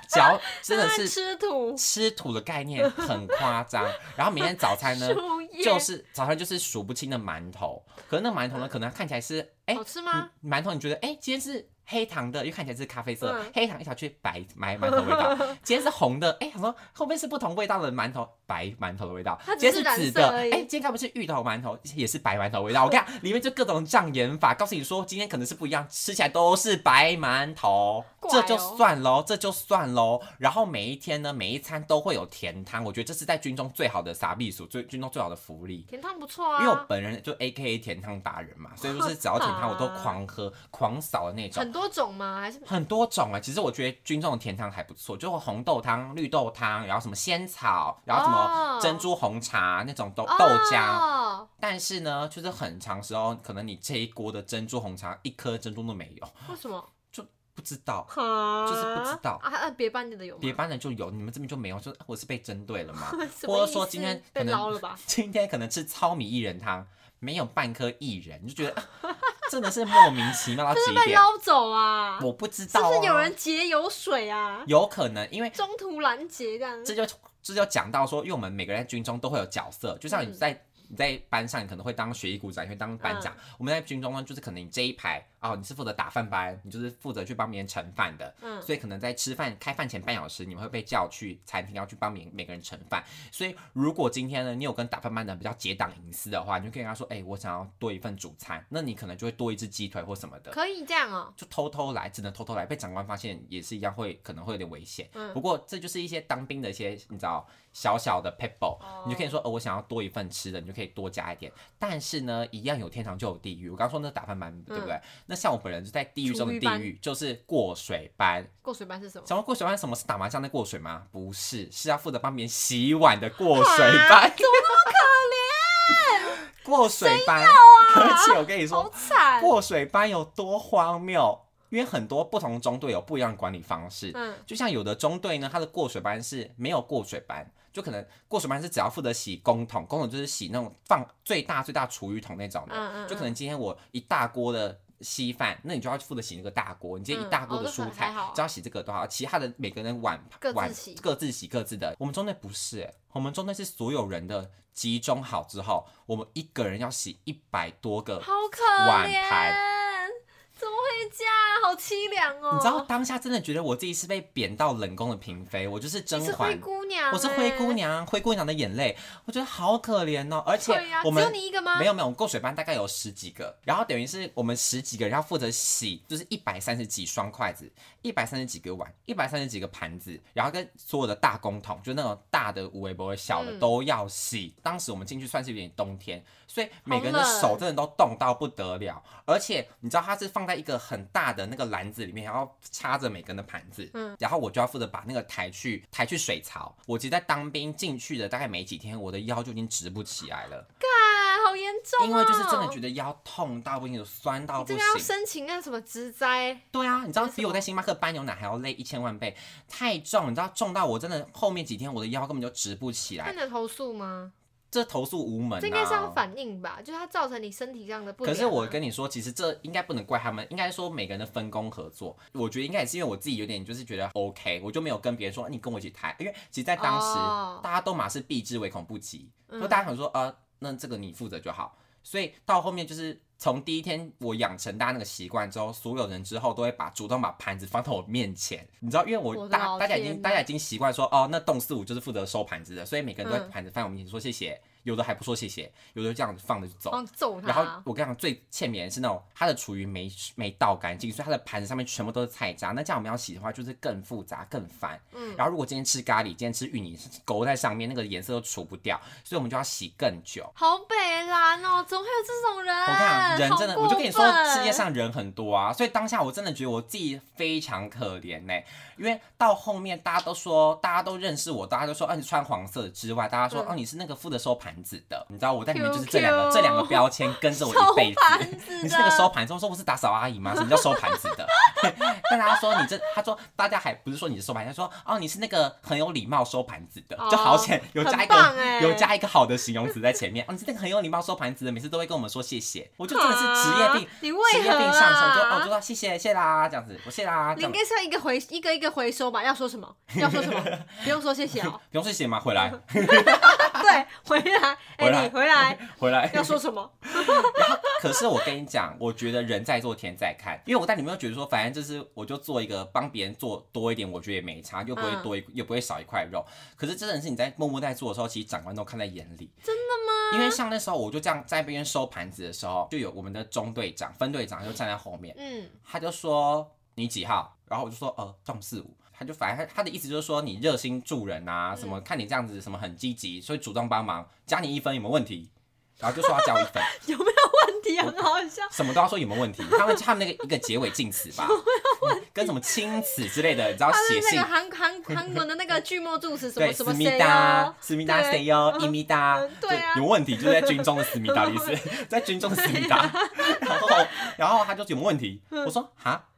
A: 嚼真的
B: 在
A: 是
B: 吃 土
A: 吃土的概念很夸张。然后每天早餐呢，
B: 树叶，
A: 就是早上就是数不清的馒头，可是那馒头呢，可能看起来是哎
B: 好吃吗？
A: 嗯馒头你觉得哎、今天是黑糖的，又看起来是咖啡色，
B: 嗯
A: 黑糖一小去白白馒头味 道，今天是红的，哎、想说会不会是不同味道的馒头，白馒头的味道
B: 它，
A: 今
B: 只是
A: 天是紫
B: 染
A: 的，
B: 色而
A: 哎、
B: 已
A: 今天该不是芋头馒头，也是白馒头味道，我看里面就各种障眼法，告诉你说今天可能是不一样，吃起来都是白馒头，
B: 怪
A: 这
B: 哦
A: 就算喽，这就算喽。然后每一天呢，每一餐都会有甜汤，我觉得这是在军中最好的傻避暑，最军中最好的福利。
B: 甜汤不错啊，
A: 因为我本人就 A K A 甜汤达人嘛，所以就是只要甜汤我都狂喝、狂扫的那种，
B: 很多种吗？还是
A: 很多种啊。其实我觉得军中的甜汤还不错，就红豆汤、绿豆汤，然后什么仙草，然后什么
B: 哦
A: 珍珠红茶那种豆豆浆。
B: 哦
A: 但是呢，就是很长时候，可能你这一锅的珍珠红茶一颗珍珠都没有，
B: 为什么？
A: 不知道。
B: 就是
A: 不知道
B: 啊啊！别班里的有吗？
A: 别班的就有，你们这边就没有，就啊我是被针对了 吗？
B: 什么
A: 或
B: 意
A: 者说
B: 思
A: 今天可
B: 被
A: 能
B: 捞了吧？
A: 今天可能吃糙米薏仁汤，没有半颗薏仁，你就觉得、啊真的是莫名其 妙到
B: 就是
A: 极
B: 被
A: 点。
B: 捞走啊？
A: 我不知
B: 是
A: 道、啊，
B: 不是有人截有水啊？
A: 有可能，因为
B: 中途拦截这样？
A: 这就这就讲到说，因为我们每个人在军中都会有角色，就像你
B: 嗯
A: 在、你在班上，你可能会当学艺股长，你会当班长。我们在军中呢，就是可能你这一排哦，你是负责打饭班，你就是负责去帮别人盛饭的。
B: 嗯
A: 所以可能在吃饭开饭前半小时，你们会被叫去餐厅，要去帮每每个人盛饭。所以如果今天呢，你有跟打饭班的人比较结党营私的话，你就可以跟他说，哎、我想要多一份主餐，那你可能就会多一只鸡腿或什么的。
B: 可以这样哦、
A: 就偷偷来，只能偷偷来，被长官发现也是一样会，可能会有点危险。
B: 嗯
A: 不过这就是一些当兵的一些你知道小小的 pebble，、
B: 哦
A: 你就可以说，呃，我想要多一份吃的，你就可以多加一点。但是呢，一样有天堂就有地狱。我刚说那打饭班，对不对？那像我本人就在地狱中的地
B: 嗯厨
A: 狱，就是过水班。
B: 过水班是什么？
A: 想问过水班什么是打麻将的过水吗？不是，是要负责帮别人洗碗的过水班。
B: 怎么那么
A: 过水班，而且我跟你
B: 啊可？好
A: 说，
B: 惨！
A: 过水班有多荒谬？因为很多不同中队有不一样的管理方式，
B: 嗯，
A: 就像有的中队呢，它的过水班是没有过水班，就可能过水班是只要负责洗公桶，公桶就是洗那种放最大最大厨余桶那种的，
B: 嗯嗯嗯
A: 就可能今天我一大锅的。稀饭，那你就要负责洗那个大锅。你今天一大锅的
B: 嗯哦这
A: 蔬
B: 还
A: 菜，
B: 还好啊
A: 只要洗这个多好。其他的每个人碗
B: 各自
A: 碗
B: 洗
A: 各自洗各自的。我们中队不是、欸，我们中队是所有人的集中好之后，我们一个人要洗一百多个
B: 好可
A: 碗
B: 怜
A: 盘，
B: 怎么会这样？好凄凉哦、
A: 你知道当下真的觉得我自己是被贬到冷宫的嫔妃，我就是甄
B: 你是
A: 嬛欸
B: 灰，姑娘、哎
A: 我是灰姑，娘，灰姑娘的眼泪，我觉得好可怜哦。而且
B: 对呀、
A: 我
B: 只有
A: 们
B: 你一个吗？
A: 没有没有，我们过水班大概有十几个，然后等于是我们十几个人要负责洗，就是一百三十几双筷子，一百三十几个碗，一百三十几个盘子，然后跟所有的大公桶，就那种大的无微不微，小的
B: 嗯
A: 都要洗。当时我们进去算是有点冬天，所以每个人的
B: 好冷
A: 手真的都冻到不得了。而且你知道它是放在一个很大的那个篮子里面，然后插着每个人的盘子，
B: 嗯
A: 然后我就要负责把那个抬去抬去水槽。我其实在当兵进去的大概没几天，我的腰就已经直不起来了。
B: 干，好严重、哦！
A: 因为就是真的觉得腰痛到不行，有酸到
B: 你
A: 不
B: 这个要
A: 行。
B: 申请啊那什么职灾，
A: 对啊，你知道
B: 为什
A: 比我
B: 么
A: 在星巴克搬牛奶还要累一千万倍，太重，你知道重到我真的后面几天我的腰根本就直不起
B: 那
A: 来
B: 你，有投诉吗？
A: 这投诉无门、啊。
B: 嗯这应该是要反应吧，就是它造成你身体上的不良
A: 可
B: 啊。
A: 是我跟你说，其实这应该不能怪他们，应该说每个人的分工合作。我觉得应该也是因为我自己有点就是觉得 OK，我就没有跟别人说你跟我一起抬，因为其实，在当时、
B: 哦
A: 大家都马是避之唯恐不及，
B: 嗯
A: 就大家想说呃，那这个你负责就好。所以到后面就是从第一天我养成大家那个习惯之后，所有人之后都会把主动把盘子放到我面前，你知道，因为我
B: 我的
A: 大
B: 老
A: 大家已
B: 天
A: 经
B: 呐
A: 大家已经习惯说哦，那动四五就是负责收盘子的，所以每个人都会
B: 嗯
A: 盘子放我面前说谢谢，有的还不说谢谢，有的就这样子放着就走。
B: 想揍他
A: 然
B: 啊、
A: 后我跟你讲，最欠扁的是那种它的厨余没没倒干净，所以它的盘子上面全部都是菜渣。那这样我们要洗的话，就是更复杂、更烦。
B: 嗯
A: 然后如果今天吃咖喱，今天吃芋泥，勾在上面那个颜色都除不掉，所以我们就要洗更久。
B: 好北蓝哦，怎么会有这种人？
A: 我跟你讲，人
B: 啊好
A: 真的，
B: 过
A: 我就跟你说，
B: 分
A: 世界上人很多啊，所以当下我真的觉得我自己非常可怜呢、因为到后面大家都说，大家都认识我，大家都说，啊，你穿黄色的之外，大家说，
B: 嗯
A: 哦、你是那个负责收盘子的，你知道我在里面就是这
B: QQ
A: 两个这两个标签跟着我一辈
B: 收
A: 子。
B: 盘子的，
A: 你是那个收盘子，我说我是打扫阿姨吗？什么叫收盘子的？ 但他说你这，他说大家还不是说你是收盘，他说哦你是那个很有礼貌收盘子的，
B: 哦
A: 就好险有加一个、
B: 很棒欸
A: 有加一个好的形容词在前面。哦你是那个很有礼貌收盘子的，每次都会跟我们说谢谢，我就真的是职业病
B: 啊，你
A: 职
B: 为
A: 业
B: 何
A: 病上身，我就哦我就
B: 啊？
A: 说谢谢谢啦这样子，我谢啦这
B: 你
A: 样
B: 应
A: 子。
B: 该是要一个回一个一个回收吧？要说什么？要说什 么？不用说谢谢哦。
A: 不用谢谢吗？回来，
B: 对，回来，哎、
A: 回来
B: 你回来
A: 回来。
B: 要说什么？
A: 可是我跟你讲，我觉得人在做天在看，因为我在里面就觉得说，反正就是我就做一个帮别人做多一点，我觉得也没差，又不会多一、又不会少一块肉。可是真的是你在默默在做的时候，其实长官都看在眼里。真的吗？因为像那时候我就这样在那边收盘子的时候，就有我们的中队长、分队长就站在后面，
B: 嗯，
A: 他就说你几号，然后我就说呃中四五，他就反正他他的意思就是说你热心助人啊，什么看你这样子什么很积极，所以主动帮忙，加你一分有没有问题？然后就说要加我一分。
B: 有没有问题？很好 笑。
A: 什么都要说有没有问题，他们他们那个一个结尾敬词吧，嗯跟什么亲子之类的，你知道
B: 他
A: 写
B: 是那
A: 信
B: 个。韩韩韩国的那个剧末助词，什么
A: 对，
B: 什
A: 思
B: 么
A: 密
B: 谁
A: 达
B: 哦，，
A: 思密达
B: 对
A: 谁哟，伊密达
B: 嗯，对啊
A: 就有问题就是在军中的思密达的意 思，在军中的思密
B: 啊
A: 达，然后然后他就有没有问题，
B: 嗯
A: 我说哈，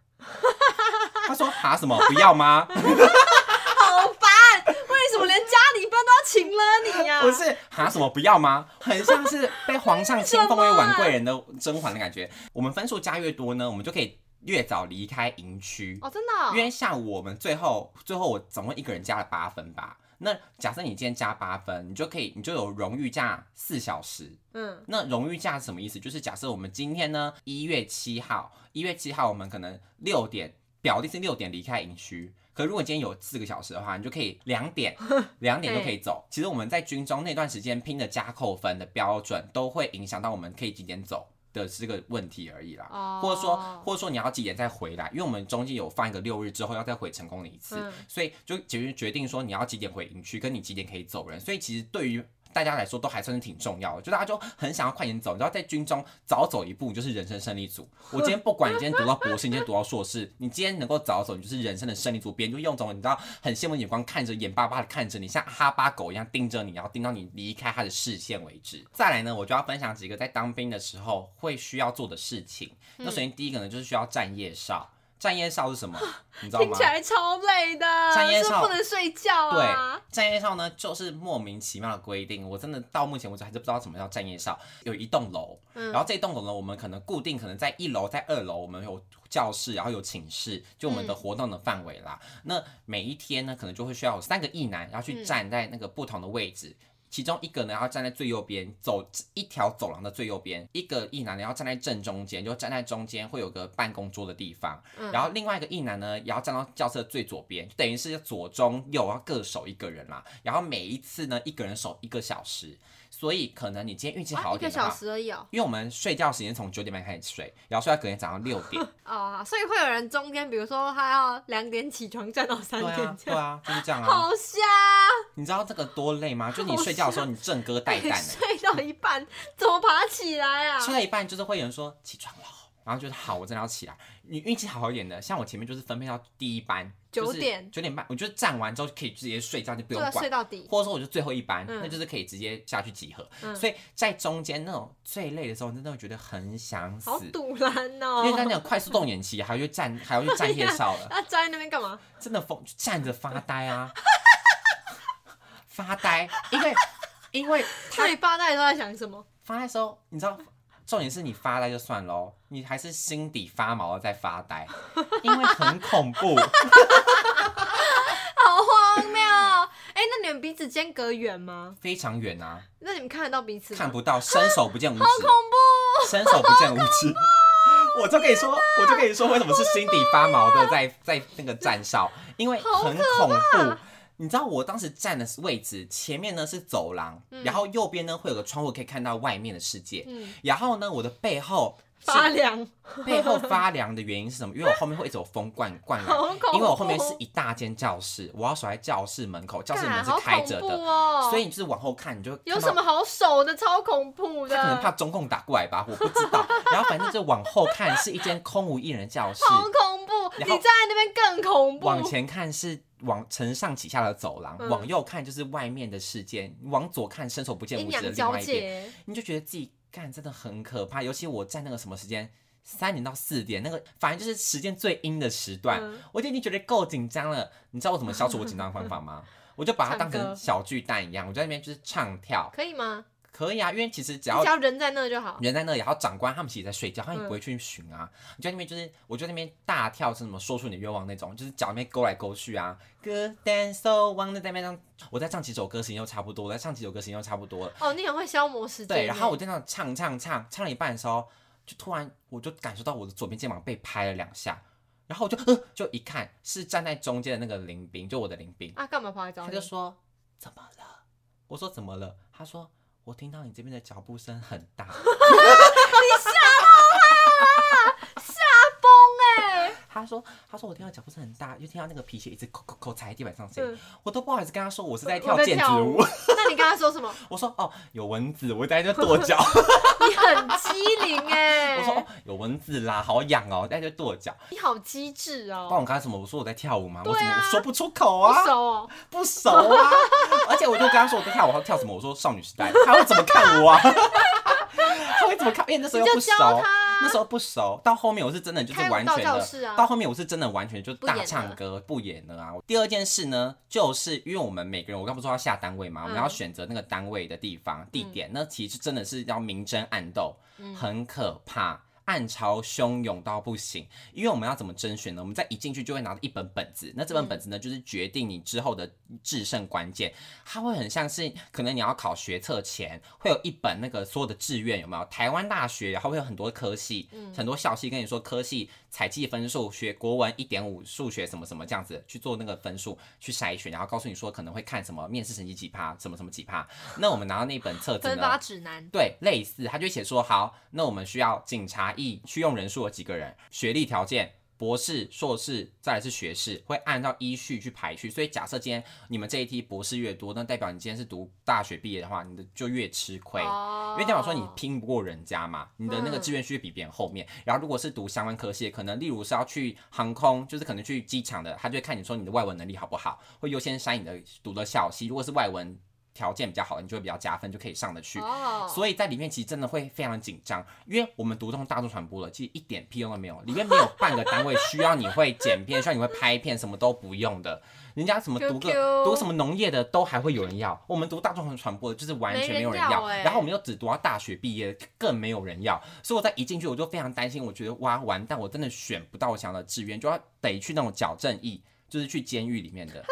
A: 他
B: 嗯
A: 说哈什么不要吗？
B: 好烦！为什么连家里班都要请了你呀、
A: 不是哈什么不要吗？很像是被皇上亲封为
B: 啊
A: 婉贵人的甄嬛的感觉。我们分数加越多呢，我们就可以越早离开营区。
B: 哦，真的哦、
A: 因为像我们最后最后我总共一个人加了八分吧。那假设你今天加八分，你就可以你就有荣誉假四小时。
B: 嗯
A: 那荣誉假是什么意思？就是假设我们今天呢一月七号，一月七号我们可能六点表定是六点离开营区。可如果今天有四个小时的话，你就可以两点两点就可以走。其实我们在军中那段时间拼的加扣分的标准，都会影响到我们可以几点走的这个问题而已啦。
B: 哦，
A: 或者说，或者说你要几点再回来？因为我们中间有放一个六日之后要再回成功的一次，
B: 嗯
A: 所以就决决定说你要几点回营区，跟你几点可以走人。所以其实对于大家来说都还算是挺重要的，就大家就很想要快点走。你知道，在军中早走一步你就是人生胜利组。我今天不管你今天读到博士，你今天读到硕士，你今天能够早走，你就是人生的胜利组。别人就用这种你知道很羡慕的眼光看着，眼巴巴的看着你，像哈巴狗一样盯着你，然后盯到你离开他的视线为止。再来呢，我就要分享几个在当兵的时候会需要做的事情。那首先
B: 嗯
A: 第一个呢，就是需要站夜哨。站夜哨是什么？你知道
B: 听
A: 吗
B: 起？来超累的，
A: 像
B: 是
A: 烟
B: 不是
A: 少
B: 不能睡觉啊。
A: 对，站夜哨呢，就是莫名其妙的规定，我真的到目前为止还是不知道什么叫站夜哨。有一栋楼，
B: 嗯
A: 然后这栋楼呢，我们可能固定可能在一楼、在二楼，我们有教室，然后有寝室，就我们
B: 嗯
A: 的活动的范围啦。那每一天呢，可能就会需要有三个役男，然后去
B: 嗯
A: 站在那个不同的位置。其中一个呢要站在最右边，走一条走廊的最右边；一个役男呢要站在正中间，就站在中间会有个办公桌的地方。
B: 嗯
A: 然后另外一个役男呢，也要站到教室的最左边，就等于是左中右要各守一个人啦。然后每一次呢，一个人守一个小时，所以可能你今天运气
B: 啊
A: 好一
B: 一个
A: 点的
B: 小
A: 话，
B: 时而已哦。
A: 因为我们睡觉时间从九点半开始睡，然后睡到隔天早上六 点。
B: 哦，所以会有人中间，比如说他要两点起床，站到三
A: 对啊
B: 点，这
A: 对
B: 样，
A: 啊，就是这样啊。
B: 好瞎！
A: 你知道这个多累吗？就你睡觉的时候，你正哥带蛋呢、
B: 睡到一半怎么爬起来啊？
A: 睡到一半就是会有人说起床了，然后就是好，我真的要起来。你运气好一点的，像我前面就是分配到第一班，
B: 九
A: 就是
B: 点
A: 九点半，我就站完之后可以直接睡觉，就不
B: 对
A: 用
B: 啊，
A: 管
B: 睡。到底。
A: 或者说我就最后一班，
B: 嗯
A: 那就是可以直接下去集合。
B: 嗯
A: 所以在中间那种最累的时候，真的会觉得很想死
B: 好，堵然哦
A: 因！为在那种快速动眼期，还要去站，还要去站夜哨了，
B: 那站在那边干嘛？
A: 真的疯站着发呆 啊，发呆，因为因为
B: 那你爸那里都在想什么？
A: 发呆的时候，你知道，重点是你发呆就算喽，你还是心底发毛的在发呆，因为很恐 怖。
B: 好荒谬哦！ 哎、那你们彼此间隔远吗？
A: 非常远啊，
B: 那你们看得到彼此吗？
A: 看不到，伸手不见五指，
B: 好恐怖！
A: 伸手不见五指。我就跟你说，我就跟你说，为什么是心底发毛的在在那个站哨，因为很恐怖。你知道我当时站的位置前面呢是走廊，然后右边呢会有个窗户可以看到外面的世界，
B: 嗯，
A: 然后呢我的背后是
B: 发凉，
A: 背后发凉的原因是什么？因为我后面会一直有风灌灌来
B: 好，恐怖！
A: 因为我后面是一大间教室，我要守在教室门口，教室门
B: 干
A: 是
B: 好
A: 开
B: 恐
A: 着
B: 怖
A: 的，
B: 哦、
A: 所以你就是往后看，你就会
B: 有
A: 看到
B: 什么好守的？超恐怖的，
A: 他可能怕中共打过来吧，我不知 道。然后反正就往后看是一间空无一人的教室，
B: 好恐怖！你
A: 然
B: 站
A: 后
B: 在那边更恐怖，
A: 往前看是往承上启下的走廊，
B: 嗯
A: 往右看就是外面的世界，往左看伸手不见
B: 阴
A: 五指的
B: 阳
A: 另
B: 交
A: 外一边，
B: 界。
A: 你就觉得自己干真的很可怕。尤其我在那个什么时间，三点到四点，那个反正就是时间最阴的时段，
B: 嗯
A: 我就已经觉得够紧张了。你知道我怎么消除我紧张的方法 吗？我就把它
B: 唱
A: 当
B: 歌
A: 成小巨蛋一样，我在那边就是唱跳，
B: 可以吗？
A: 可以啊，因为其实只
B: 你
A: 要
B: 只要人在那就好。
A: 人在那里，然后长官他们其实在睡觉，他们也不会去巡啊。你就在那边就是，我就在那边大跳，是什么说出你的愿望那种，就是脚那边勾来勾去啊。Good dance so one 在那边唱，我在唱几首歌时间又差不多，我在唱几首歌时间又差不多了。
B: 哦，你很会消磨时间耶。
A: 对，然后我在那唱唱唱唱了一半的时候，就突然我就感受到我的左边肩膀被拍了两下，然后我就呃就一看是站在中间的那个林兵，就我的林兵，
B: 啊，干嘛跑来找
A: 他
B: 你
A: 就？说怎么了？我说怎么了？他说我听到你这边的脚步声很大。
B: 崩哎、
A: 他说：“他说我听到脚步声很大，就听到那个皮鞋一直扣扣扣踩在地板上声音，
B: 嗯
A: 我都不好意思跟他说我是在
B: 我
A: 跳
B: 在
A: 毽
B: 跳
A: 子
B: 舞
A: 舞。
B: 那你跟他说什么？
A: 我说哦，有蚊子，我在那跺 脚。
B: 你很机灵哎、
A: 我说哦，有蚊子啦，好痒哦，在那跺脚。
B: 你好机智
A: 不
B: 哦，
A: 然我刚才什么？我说我在跳舞吗？我
B: 对
A: 怎么
B: 啊
A: 我说不出口
B: 不
A: 啊？
B: 熟哦。
A: 不熟 啊！而且我就跟他说我在跳舞，他说跳 什么？我说少女时代，他会怎么看我啊？他会怎么看？因为那时
B: 你
A: 候又
B: 就
A: 不熟
B: 教。他啊，
A: 那时候不熟，到后面我是真的就是
C: 开悟
A: 完
C: 到
A: 全
C: 教
A: 的，
C: 室啊
A: 到后面我是真的完全就
C: 不演
A: 大唱歌不演了啊。第二件事呢，就是因为我们每个人，我刚不是说要下单位嘛，我们
C: 嗯
A: 要选择那个单位的地方、地点，那其实真的是要明争暗斗，
B: 嗯
A: 很可怕。暗潮汹涌到不行，因为我们要怎么甄选呢？我们在一进去就会拿到一本本子，那这本本子呢，就是决定你之后的制胜关键。它会很像是，可能你要考学测前会有一本那个所有的志愿有没有？台湾大学，然后会有很多科系，很多校系跟你说科系采计分数，学国文一点五，数学什么什么这样子去做那个分数去筛选，然后告诉你说可能会看什么面试成绩几趴，什么什么几趴。那我们拿到那本册 子
C: 分
A: 呢？
C: 发指南，
A: 对，类似，他就会写说，好，那我们需要警察役去用人数有几个人，学历条件。博士、硕士，再来是学士，会按照依序去排序。所以假设今天你们这一批博士越多，那代表你今天是读大学毕业的话，你的就越吃亏。
C: 哦
A: 因为代表说你拼不过人家嘛，你的那个志愿序比别人后面。然后如果是读相关科系，可能例如是要去航空，就是可能去机场的，他就会看你说你的外文能力好不好，会优先筛你的读的校系。如果是外文条件比较好的，你就会比较加分，就可以上得去。
C: 哦，
A: 所以在里面其实真的会非常紧张，因为我们读这种大众传播了，其实一点屁用都没有，里面没有半个单位需要你会剪片，需要你会拍片，什么都不用的。人家什么读
C: QQ
A: 个读什么农业的都还会有人要，我们读大众传播的就是完全没有
C: 没
A: 人
C: 人
A: 要，
C: 要欸
A: 然后我们又只读到大学毕业，更没有人要。所以我在一进去我就非常担心，我觉得哇完蛋，我真的选不到我想要的志愿，就要得去那种矫正役，就是去监狱里面的。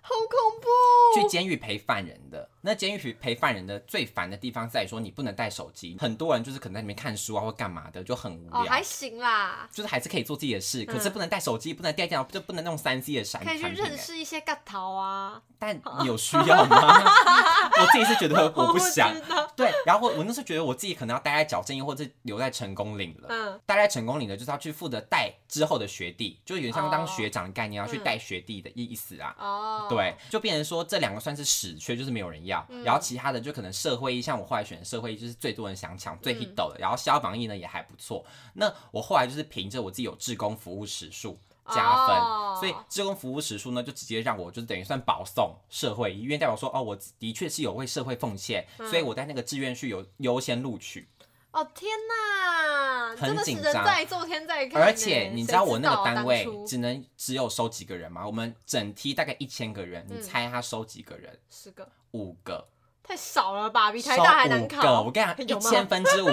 C: 好恐怖，
A: 去监狱陪犯人的。那监狱陪陪犯人的最烦的地方在于说，你不能带手机。很多人就是可能在里面看书啊，或干嘛的，就很无
C: 哦，
A: 聊。
C: 还行啦，
A: 就是还是可以做自己的事，可是不能带手机，不能带电脑，就不能弄三 C 的闪
C: 可以去
A: 产品
C: 认
A: 欸。
C: 识一些尬桃啊，
A: 但你有需 要吗？我自己是觉得我不想
B: 知。道
A: 对，然后我那时候觉得我自己可能要待在矫正医，或者是留在成功岭了。
B: 嗯，
A: 待在成功岭呢，就是要去负责带之后的学弟，就有点像当
C: 哦
A: 学长的概念，要去
C: 嗯
A: 带学弟的意思啊。
C: 哦，嗯
A: 对，，就变成说这两个算是死缺，就是没有人要。然后其他的就可能社会一，像我后来选的社会一就是最多人想抢、最
C: 嗯
A: hit 的。然后消防役呢也还不错。那我后来就是凭着我自己有志工服务时数加分，
C: 哦
A: 所以志工服务时数呢就直接让我就是等于算保送社会医，因为代表说哦，我的确是有为社会奉献，
C: 嗯
A: 所以我在那个志愿序有优先录取。
C: 哦天哪，
A: 很
C: 真的是
A: 紧
C: 人
A: 张
C: 在做天在看欸，
A: 而且你知道我那个单位
C: 谁知道啊当初
A: 只能只有收几个人吗？我们整梯大概一千个人，你
C: 嗯
A: 猜他收几个人？
B: 十个，
A: 五个。
C: 太少了吧，比
A: 收
C: 台大还
A: 五
C: 难
A: 个，
C: 考
A: 我，跟你 讲，
B: 有
A: 一
B: 吗
A: 千分之五，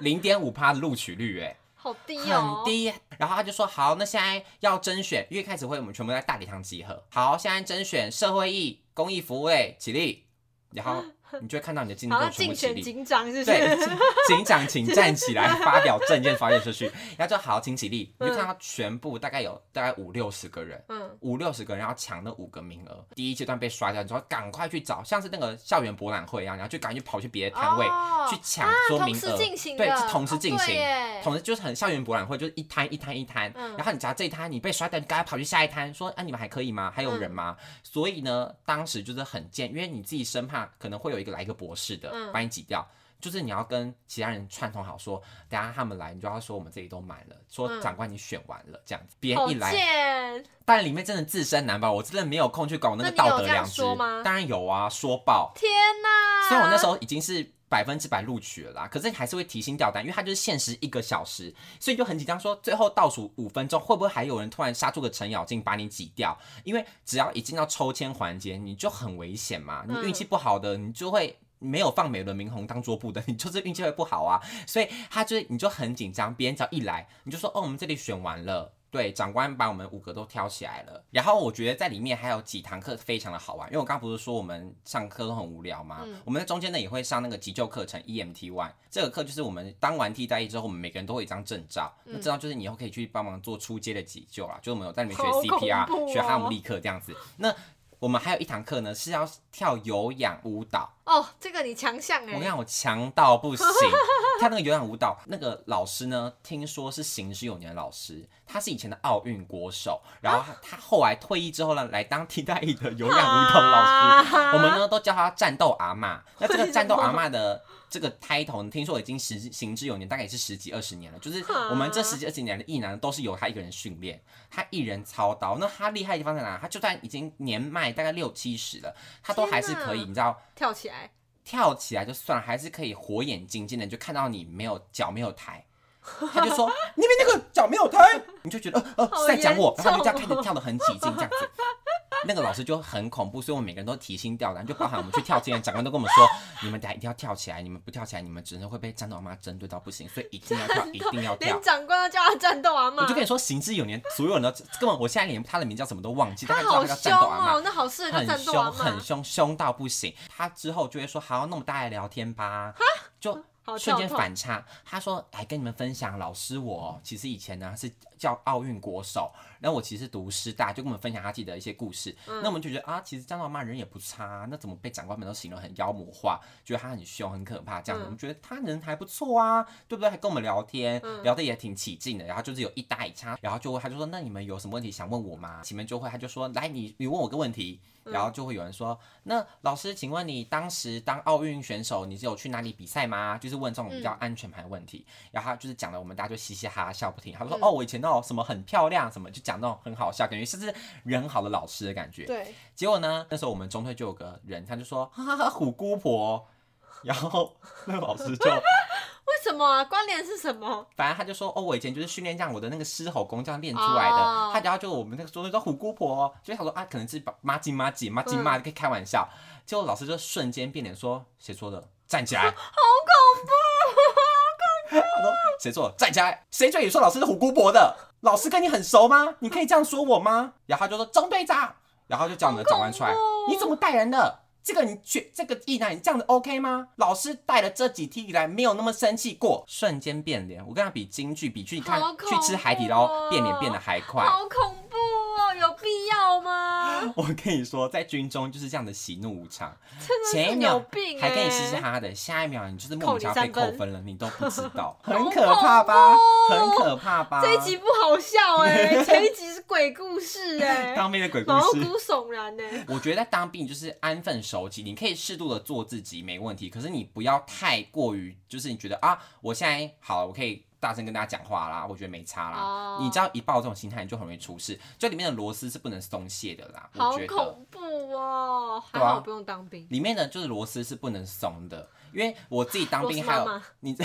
A: 零点五趴的录取率、欸，
C: 好低哦，
A: 很，低。然后他就说，好，那现在要甄选，因为开始会我们全部在大礼堂集合。好，现在甄选社会义、公益服务类，起立。然后你就会看到你的进度
B: 好像
A: 全部
B: 竞
A: 起
B: 选
A: 立。
B: 警长是不
A: 对
B: 是？，
A: 警长 请站起来发表证件发言顺序，然后就好，请起立。你就看到全部大概有大概五六十个人，
C: 嗯，
A: 五六十个人要抢那五个名额，第一阶段被刷掉，你就要赶快去找，像是那个校园博览会一样，然后就赶紧跑去别的摊位、
C: 哦
A: 去抢说
C: 同
A: 名
C: 时
A: 额，
C: 进行的，
A: 对，是同时
C: 哦
A: 进
C: 对
A: 行。
C: 耶
A: 同时就是很校园博览会，就是一摊一摊一摊，
C: 嗯
A: 然后你只要这一摊你被刷掉，你赶快跑去下一摊，说啊你们还可以吗？还有
C: 嗯
A: 人吗？所以呢，当时就是很贱，因为你自己生怕可能会有一个来一个博士的、
C: 嗯
A: 把你挤掉，就是你要跟其他人串通好说，等下他们来，你就要说我们这里都满了，说
C: 嗯
A: 长官你选完了、这样子，别人
C: 好
A: 一来
C: 贱，
A: 但里面真的自身难保，我真的没有空去搞那个
C: 那你有
A: 道德
C: 这样
A: 良知
C: 说吗。
A: 当然有啊，说爆。
C: 天哪！
A: 虽然我那时候已经是百分之百录取了啦，可是还是会提心吊胆，因为它就是限时一个小时，所以就很紧张，说最后倒数五分钟会不会还有人突然杀出个程咬金把你挤掉？因为只要一进到抽签环节，你就很危险嘛，你运气
C: 嗯
A: 不好的，你就会。没有放美轮明宏当桌布的， 你就是运气会不好啊，所以他就是你就很紧张，别人只要一来，你就说哦，我们这里选完了，对，长官把我们五个都挑起来了。然后我觉得在里面还有几堂课非常的好玩，因为我刚刚不是说我们上课都很无聊吗？
B: 嗯
A: 我们在中间呢也会上那个急救课程 EMT One，这个课就是我们当完替代役之后，我们每个人都会有一张证照，那证照就是你以后可以去帮忙做出街的急救啦，就是我们有在里面学
B: 嗯好恐
A: CPR、
B: 怖哦
A: 学哈姆立克这样子。那我们还有一堂课呢，是要跳有氧舞蹈。
C: 哦，这个你强项
A: 我跟
C: 哎，
A: 你讲，我强到不行。 跳那个有氧舞蹈，那个老师呢，听说是行之有年的老师，他是以前的奥运国手，然后他他后来退役之后呢，来当替代役的有氧舞蹈老
C: 啊
A: 师。我们呢都叫他战斗阿嬷。那这个战斗阿嬷的这个 title，呢听说已经十行之有年，大概也是十几二十年了。就是
C: 啊
A: 我们这十几二十年的役男都是由他一个人训练，他一人操刀。那他厉害的地方在哪？他就算已经年迈大概六七十了，他都还是可以，
C: 天哪
A: 你知道。
C: 跳起来，
A: 跳起来就算了，还是可以火眼金睛的就看到你没有脚没有抬，他就说你们那个脚没有抬，你就觉得呃呃
B: 好
A: 是在讲我，
B: 严
A: 然后你就这样
B: 重
A: 开始跳得很起劲这样子。那个老师就很恐怖，所以我们每个人都提心吊胆，就包含我们去跳之前，长官都跟我们说，你们等下一定要跳起来，你们不跳起来，你们只能会被战斗阿妈针对到不行，所以一定要跳，一定 要跳
C: 连。长官都叫他战斗阿
A: 我
C: 妈
A: 就，跟你说，行之有年，所有人都根本，我现在连他的名字叫什么都忘记，大概
C: 他
A: 知道
C: 好
A: 他叫
C: 凶
A: 战斗啊阿妈
C: 哦，。那好适合叫
A: 很
C: 战斗阿
A: 凶，很
C: 妈，
A: 凶，凶到不行。他之后就会说：“好，那我们大家来聊天吧。”
C: 嗯
A: 就
B: 好
A: 瞬
B: 跳
A: 间
B: 痛
A: 反差。他说：“来跟你们分享，老师我哦其实以前呢是叫奥运国手，然后我其实读师大，就跟我们分享他自己的一些故事。
B: 嗯
A: 那我们就觉得啊，其实张老妈人也不差，啊那怎么被长官们都形容很妖魔化，觉得他很凶很可怕这样子？
B: 嗯
A: 我们觉得他人还不错啊，对不对？还跟我们聊天，
B: 嗯
A: 聊得也挺起劲的。然后就是有一搭一叉，然后就会他就说：那你们有什么问题想问我吗？前面就会他就说：来，你你问我个问题。”
B: 嗯
A: 然后就会有人说，那老师，请问你当时当奥运选手，你是有去哪里比赛吗？就是问这种比较
C: 嗯
A: 安全牌的问题。然后他就是讲的，我们大家就嘻嘻哈哈笑不停。他就说，
C: 嗯
A: 哦，我以前那种什么很漂亮，什么就讲那种很好笑，感觉像是人很好的老师的感觉。
C: 对，
A: 结果呢，那时候我们中队就有个人，他就说，哈哈哈，虎姑婆。然后那个老师就，
C: 为什么啊？关联是什么？
A: 反正他就说，哦，我以前就是训练这样，我的那个狮吼功这样练出来的。
C: 哦
A: 他然后就我们那个中队叫虎姑婆，所以他说啊，可能是把妈鸡妈鸡妈鸡妈可以开玩笑。结果老师就瞬间变脸说，谁说的？站起来！好恐怖，好恐怖！他说谁说的？站起来！谁对你说老师是虎姑婆的？老师跟你很熟吗？你可以这样说我吗？然后他就说中队长，然后就叫我们的长官出来
C: 好恐怖哦，
A: 你怎么带人的？这个你去这个一男，你这样子 OK 吗？老师带了这几梯以来没有那么生气过，瞬间变脸。我跟他比京剧，比去你看
C: 好恐怖
A: 去
C: 哦
A: 吃海底捞变脸变得还快。
C: 好恐怖哦，有必要吗？
A: 我跟你说，在军中就是这样的喜怒无常，
C: 真的
A: 前一
C: 是
A: 秒
C: 有病
A: 还跟你
C: 哎
A: 嘻嘻哈哈的，下一秒你就是莫名其妙
B: 扣
A: 被
B: 你三
A: 扣
B: 分
A: 分了，你都不知 道，
C: 恐
A: 很
C: 怖
A: 可怕吧？很
C: 哦
A: 可怕吧？
C: 这一集不好笑 哎，前一集是鬼故事哎，
A: 当兵的鬼故
C: 毛
A: 事。
C: 骨悚然哎。
A: 我觉得在当兵就是安分守己，你可以适度的做自己，没问题。可是你不要太过于，就是你觉得啊，我现在好了，我可以大声跟大家讲话啦，我觉得没差啦。
C: 哦
A: 你只要一抱这种心态，你就很容易出事。就里面的螺丝是不能松懈的啦，
C: 好
A: 我觉得。
C: 恐怖哦！
A: 对
C: 还
A: 啊
C: 好我不用当兵。
A: 里面的就是螺丝是不能松的，因为我自己当兵
C: 螺丝
A: 还
C: 妈
A: 有
C: 妈
A: 你，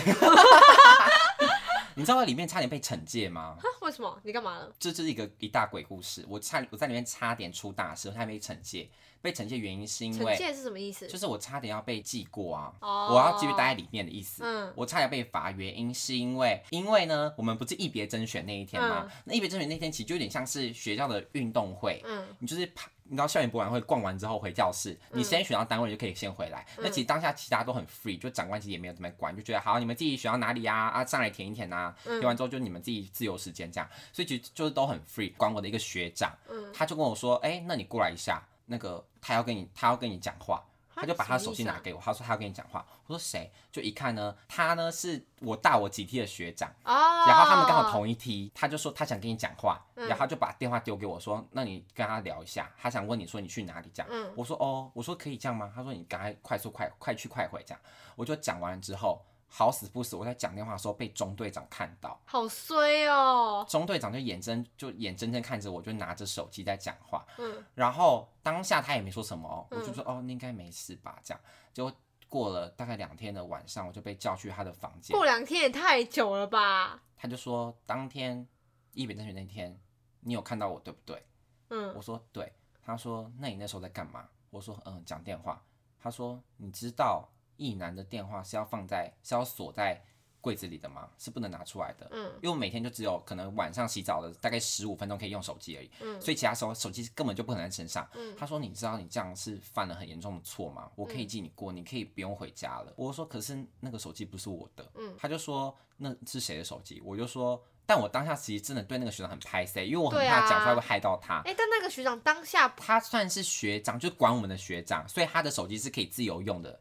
A: 你知道里面差点被惩戒吗？
C: 啊为什么？你干嘛了？
A: 这就是一个一大鬼故事，我差我在里面差点出大事，我还没惩戒。被惩戒原因是因
C: 惩
A: 为
C: 戒是什么意思？
A: 就是我差点要被记过啊，
C: 哦
A: 我要继续待在里面的意思。
C: 嗯
A: 我差点被罚，原因是因为因为呢，我们不是一别甄选那一天吗？
C: 嗯
A: 那一别甄选那天其实就有点像是学校的运动会，
C: 嗯，
A: 你就是爬，你知道校园博览会逛完之后回教室，你
C: 嗯
A: 先选到单位就可以先回来。那其实当下其实大家都很 free，就长官其实也没有怎么管，就觉得好，你们自己选到哪里呀、啊，上来填一填呐、
C: 嗯
A: 填完之后就你们自己自由时间这样，所以其实就是都很 free。管我的一个学长，
C: 嗯
A: 他就跟我说，哎、那你过来一下，那个他要跟你他要跟你讲话。
C: 啊
A: 他就把他
C: 什么
A: 手
C: 意
A: 机
C: 思啊
A: 拿给我，他说他要跟你讲话。我说谁？就一看呢，他呢是我大我几梯的学长，
C: 哦，
A: 然后他们刚好同一梯，他就说他想跟你讲话，
C: 嗯
A: 然后他就把电话丢给我说，那你跟他聊一下，他想问你说你去哪里这样。
C: 嗯
A: 我说哦，我说可以这样吗？他说你赶快快速快快去快回这样。我就讲完之后，好死不死我在讲电话的时候被中队长看到，
C: 好衰哦。
A: 中队长就眼睁就眼睁睁看着我就拿着手机在讲话，
C: 嗯，
A: 然后当下他也没说什么哦，我
C: 嗯
A: 就说哦，那应该没事吧这样。结果过了大概两天的晚上，我就被叫去他的房间，
C: 过两天也太久了吧？
A: 他就说当天一本正学那天，你有看到我对不对？
C: 嗯
A: 我，说对。他说那你那时候在干嘛？我说嗯，讲电话。他说你知道一男的电话是要放在是要锁在柜子里的吗？是不能拿出来的。
C: 嗯
A: 因为我每天就只有可能晚上洗澡的大概十五分钟可以用手机而已，
C: 嗯
A: 所以其他时候手机根本就不可能在身上。
C: 嗯
A: 他说：“你知道你这样是犯了很严重的错吗？我可以
C: 嗯
A: 记你过，你可以不用回家了。”我说：“可是那个手机不是我的。”
C: 嗯
A: 他就说：“那是谁的手机？”我就说：“但我当下其实真的对那个学长很拍 C，因为我很
C: 对
A: 怕讲出来
C: 啊
A: 会害到他。
C: 哎、但那个学长当下
A: 他算是学长，就管我们的学长，所以他的手机是可以自由用的。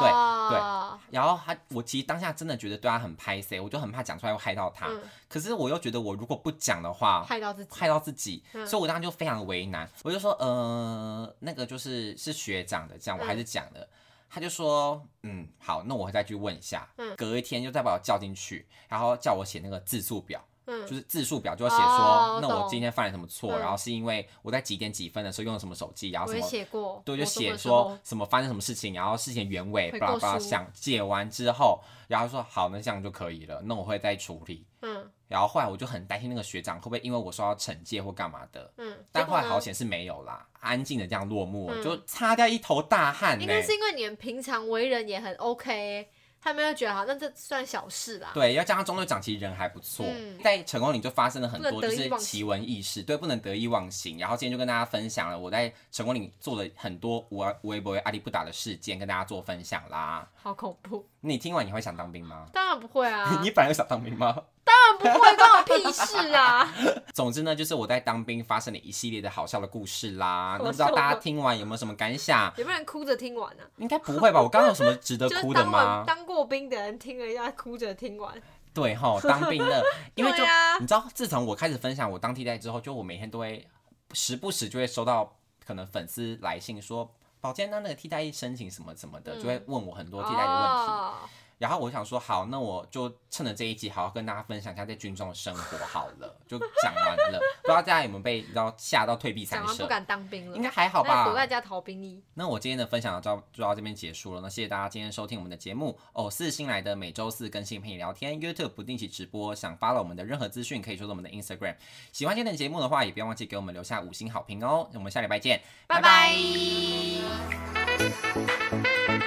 C: 哦，
A: 然后他，我其实当下真的觉得对他很拍 C，我就很怕讲出来会害到他。
C: 嗯
A: 可是我又觉得我如果不讲的话，
C: 害到自己。
A: 害到自己，
C: 嗯
A: 所以我当时就非常为难，我就说，呃，那个就是是学长的，这样我
B: 嗯
A: 还是讲了。他就说，嗯，好，那我再去问一下。
C: 嗯
A: 隔一天又再把我叫进去，然后叫我写那个自述表。
D: 嗯
A: 就是字数表就会写说
B: 哦，
A: 那我
B: 懂
A: 今天犯了什么错，
D: 嗯
A: 然后是因为我在几点几分的时候用了什么手机，然后
B: 我
A: 什
B: 也
A: 么
B: 写过，
A: 对，就
B: 国中的
A: 写
B: 时
A: 说
B: 候，
A: 什么发生什么事情，然后事情原委，
B: 悔
A: 巴拉
B: 过
A: 巴拉，
B: 书
A: 想解完之后，然后说好，那这样就可以了，那我会再处理。
D: 嗯
A: 然后后来我就很担心那个学长会不会因为我说要惩戒或干嘛的，
D: 嗯，
A: 但
D: 结果
A: 后来
D: 呢
A: 好，险是没有啦，安静的这样落幕，
D: 嗯
A: 就擦掉一头大汗呢、
B: 应该是因为你们平常为人也很 OK，欸他们就觉得好，那这算小事啦。
A: 对，要加上中队长其实人还不错，
B: 嗯
A: 在成功岭就发生了很
B: 不
A: 多
B: 能
A: 就
B: 得
A: 是
B: 意忘形
A: 奇闻异事，对，不能得意忘形。然后今天就跟大家分享了我在成功岭做了很多无微博阿力不打的事件，跟大家做分享啦。
B: 好恐怖，
A: 你听完你会想当兵吗？，
B: 当然不会啊
A: 你本来有想当兵吗？
B: 当然不会，关我屁事啊！
A: 总之呢，就是我在当兵发生了一系列的好笑的故事啦。
B: 好
A: 那不知道大家
B: 笑哦
A: 听完有没有什么感想？
B: 有没有人哭着听完啊？
A: 应该不会吧？我刚刚有什么值得
B: 就是
A: 哭的
B: 当
A: 吗
B: 完？当过兵的人听了一下，哭着听完。
A: 对 吼，当兵的，因为就、
B: 对啊
A: 你知道，自从我开始分享我当替代之后，就我每天都会时不时就会收到可能粉丝来信说，宝健那那个替代役申请什么什么的，就会问我很多替代的问题。
B: 嗯哦
A: 然后我想说，好，那我就趁着这一集，好好跟大家分享一下在军中的生活好了，就讲完 了。不知道大家有没有被你知道吓到退避
B: 讲
A: 三
B: 完不
A: 舍？
B: 敢当兵了，
A: 应该还好
B: 那
A: 吧
B: 躲。在家逃兵役。
A: 那我今天的分享就到就到这边结束了。那谢谢大家今天收听我们的节目哦。四新来的每周四更新陪你聊天，YouTube 不定期直播。想发了我们的任何资讯，可以收到我们的 Instagram。喜欢今天的节目的话，也不要忘记给我们留下五星好评哦。我们下礼拜见，
B: 拜拜。